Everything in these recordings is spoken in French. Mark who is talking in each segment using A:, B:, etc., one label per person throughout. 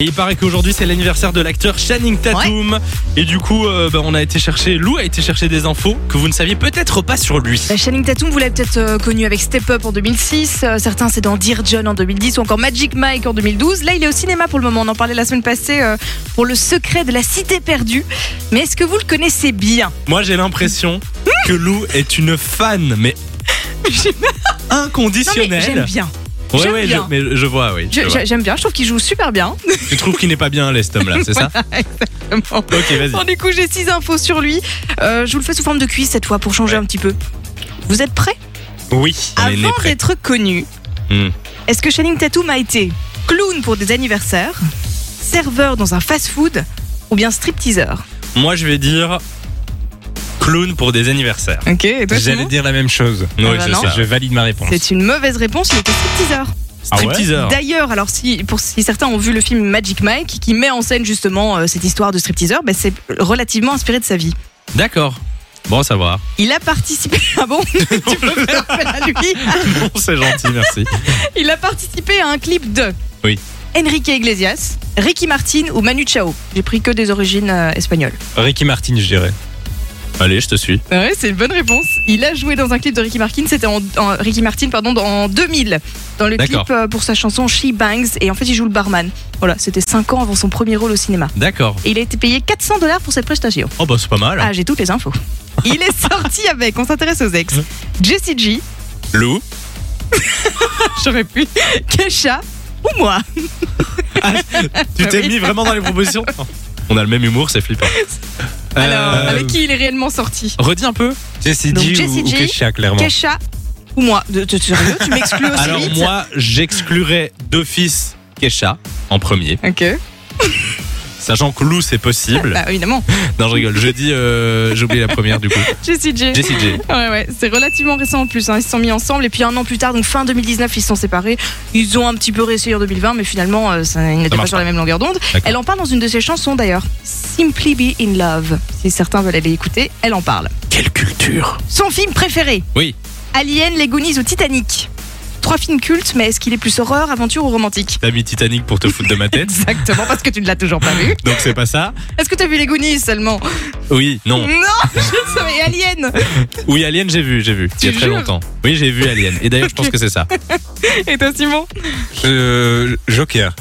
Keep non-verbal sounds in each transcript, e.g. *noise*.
A: Et il paraît qu'aujourd'hui c'est l'anniversaire de l'acteur Channing Tatum et du coup euh, bah, on a été chercher Lou a été chercher des infos que vous ne saviez peut-être pas sur lui.
B: Bah, Channing Tatum, vous l'avez peut-être euh, connu avec Step Up en 2006, euh, certains c'est dans Dear John en 2010 ou encore Magic Mike en 2012. Là, il est au cinéma pour le moment, on en parlait la semaine passée euh, pour Le secret de la cité perdue. Mais est-ce que vous le connaissez bien
A: Moi j'ai l'impression que Lou est une fan
B: *laughs*
A: mais
B: J'ai- Non, mais j'aime
A: inconditionnelle.
B: bien.
A: Ouais,
B: j'aime
A: ouais,
B: bien.
A: Je, mais je vois oui.
B: Je-
A: je vois.
B: je- J'aime bien, je trouve qu'il joue super bien. *laughs*
A: Tu trouves qu'il n'est pas bien à l'aise homme là, c'est ça OK, vas-y.
B: Bon, du coup, j'ai six infos sur lui. Euh, je vous le fais sous forme de quiz cette fois pour changer
A: Ouais.
B: un petit peu. Vous êtes prêts
A: Oui, on est né
B: Avant
A: prêt.
B: d'être connu,
A: Hmm.
B: Est-ce que Channing Tatum a été clown pour des anniversaires, serveur dans un fast-food ou bien stripteaseur
A: Moi je vais dire clown pour des anniversaires.
B: Ok, et
C: J'allais dire la même chose.
A: Oui,
B: Ah bah
A: c'est
B: non.
A: ça.
C: Je valide ma réponse.
B: C'est une mauvaise réponse, il était stripteaseur.
C: Ah ouais
A: Stripteaseur.
B: D'ailleurs, alors si, pour, si certains ont vu le film Magic Mike, qui met en scène justement euh, cette histoire de stripteaseur, ben, c'est relativement inspiré de sa vie.
A: D'accord. Bon à
B: *laughs*
A: savoir.
B: Il a participé. Ah bon Tu peux faire appel à lui
A: Bon, *laughs* c'est gentil, merci.
B: Il a participé à un clip de.
A: Oui.
B: Enrique Iglesias, Ricky Martin ou Manu Chao. J'ai pris que des origines euh, espagnoles.
C: Ricky Martin, je dirais.
A: Allez, je te suis.
B: Ah Ouais, c'est une bonne réponse. Il a joué dans un clip de Ricky Martin, c'était en, en- Ricky Martin pardon, dans- en 2000, dans le
A: D'accord.
B: clip euh, pour sa chanson She Bangs, et en fait il joue le barman. Voilà, c'était 5 ans avant son premier rôle au cinéma.
A: D'accord.
B: Et il a été payé 400 dollars pour cette prestation.
A: Oh bah c'est pas mal.
B: Ah, j'ai toutes les infos. Il est sorti avec, on s'intéresse
A: *laughs*
B: aux ex, Jessie G,
A: Lou.
B: j'aurais pu, Kesha ou moi.
A: Ah, Tu t'es
B: Oui.
A: mis vraiment dans les
B: *laughs*
A: propositions On a le même humour, c'est flippant.
B: Alors,
A: Euh,
B: avec qui il est réellement sorti
A: Redis un peu.
C: Jessie
B: Donc,
C: J
B: Jessie
C: ou, ou
B: J,
C: Kesha, clairement.
B: Kesha ou moi De- de- sérieux, Tu m'exclus aussi
A: Alors
B: vite
A: moi, j'exclurais d'office Kesha en premier,
B: Ok,
A: sachant que Lou c'est possible.
B: *laughs* bah évidemment.
A: Non, je rigole. Je dis, euh, j'ai oublié la première du coup.
B: Jessie J.
A: Jessie J.
B: Ouais, ouais, c'est relativement récent en plus. hein. Ils se sont mis ensemble et puis un an plus tard, donc fin 2019, ils se sont séparés. Ils ont un petit peu réessayé en 2020, mais finalement, euh, ça, ils n'étaient pas
A: marche
B: sur la même longueur d'onde.
A: D'accord.
B: Elle en parle dans une de ses chansons d'ailleurs, Simply Be in Love. Si certains veulent aller écouter, elle en parle.
A: Quelle culture
B: Son film préféré
A: Oui.
B: Alien, Les Goonies ou Titanic Trois films cultes, mais est-ce qu'il est plus horreur, aventure ou romantique
A: T'as mis Titanic pour te foutre de ma tête,
B: Exactement, parce que tu ne l'as toujours pas vu.
A: donc c'est pas ça
B: Est-ce que tu as vu Les Goonies seulement
A: Oui, non.
B: Non, je le savais, Alien
A: Oui, Alien, j'ai vu, j'ai vu. Il y a
B: Tu
A: très
B: jures
A: longtemps. Oui, j'ai vu Alien. Et d'ailleurs, je pense que c'est ça.
B: Et toi, Simon
C: Euh, Joker.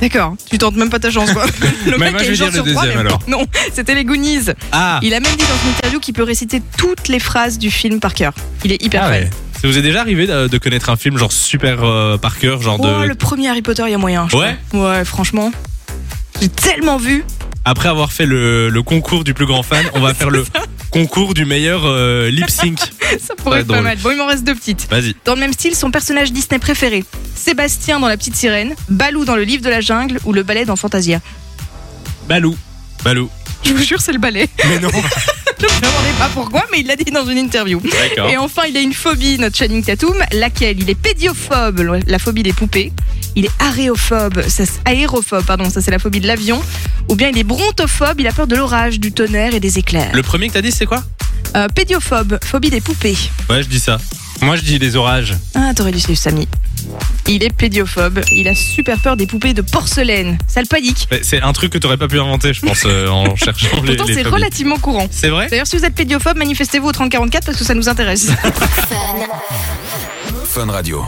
B: D'accord, tu tentes même pas
C: *laughs*
B: ta chance quoi. Le
C: Mais moi,
B: a
C: je
B: une
C: vais
B: chance
C: dire le
B: sur trois,
C: deuxième,
B: mais
C: alors.
B: Non, *laughs* c'était les Goonies.
A: Ah,
B: Il a même dit dans une interview qu'il peut réciter toutes les phrases du film par cœur. Il est hyper
C: Ah
B: fan.
C: ouais.
A: ça vous est déjà arrivé euh, de connaître un film genre super euh, par cœur, genre
B: Oh,
A: de
B: le premier Harry Potter, il y a moyen. je
A: Ouais.
B: crois. Ouais, franchement. J'ai tellement vu. *laughs*
A: Après avoir fait le, le concours du plus grand fan, on va faire le concours du meilleur euh, lip sync.
B: Ça pourrait
A: Ouais,
B: être pas
A: drôle.
B: mal. Bon, il m'en reste deux petites.
A: Vas-y.
B: Dans le même style, son personnage Disney préféré Sébastien dans La Petite Sirène, Balou dans Le Livre de la Jungle ou le ballet dans Fantasia.
A: Balou. Balou.
B: Je vous jure, c'est le ballet. *laughs*
A: Mais non.
B: Je ne me demandais pas pourquoi, mais il l'a dit dans une
A: *laughs*
B: interview.
A: D'accord.
B: Et enfin, il a une phobie, notre Channing Tatum, laquelle il est pédiophobe, la phobie des poupées. Il est aérophobe, ça, c'est- aérophobe, pardon, ça c'est la phobie de l'avion. Ou bien il est brontophobe, il a peur de l'orage, du tonnerre et des éclairs.
A: Le premier que t'as dit, c'est quoi
B: Euh, pédiophobe, phobie des poupées.
A: Ouais, je dis ça.
C: Moi, je dis les orages.
B: Ah, t'aurais dû suivre Samy. Il est pédiophobe, il a super peur des poupées de porcelaine. Ça le panique.
A: Mais C'est un truc que t'aurais pas pu inventer, je pense, euh, en cherchant les,
B: Pourtant,
A: les
B: c'est
A: phobies.
B: relativement courant.
A: C'est vrai
B: D'ailleurs, si vous êtes pédiophobe, manifestez-vous au 3044 parce que ça nous intéresse.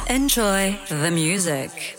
D: Enjoy the music.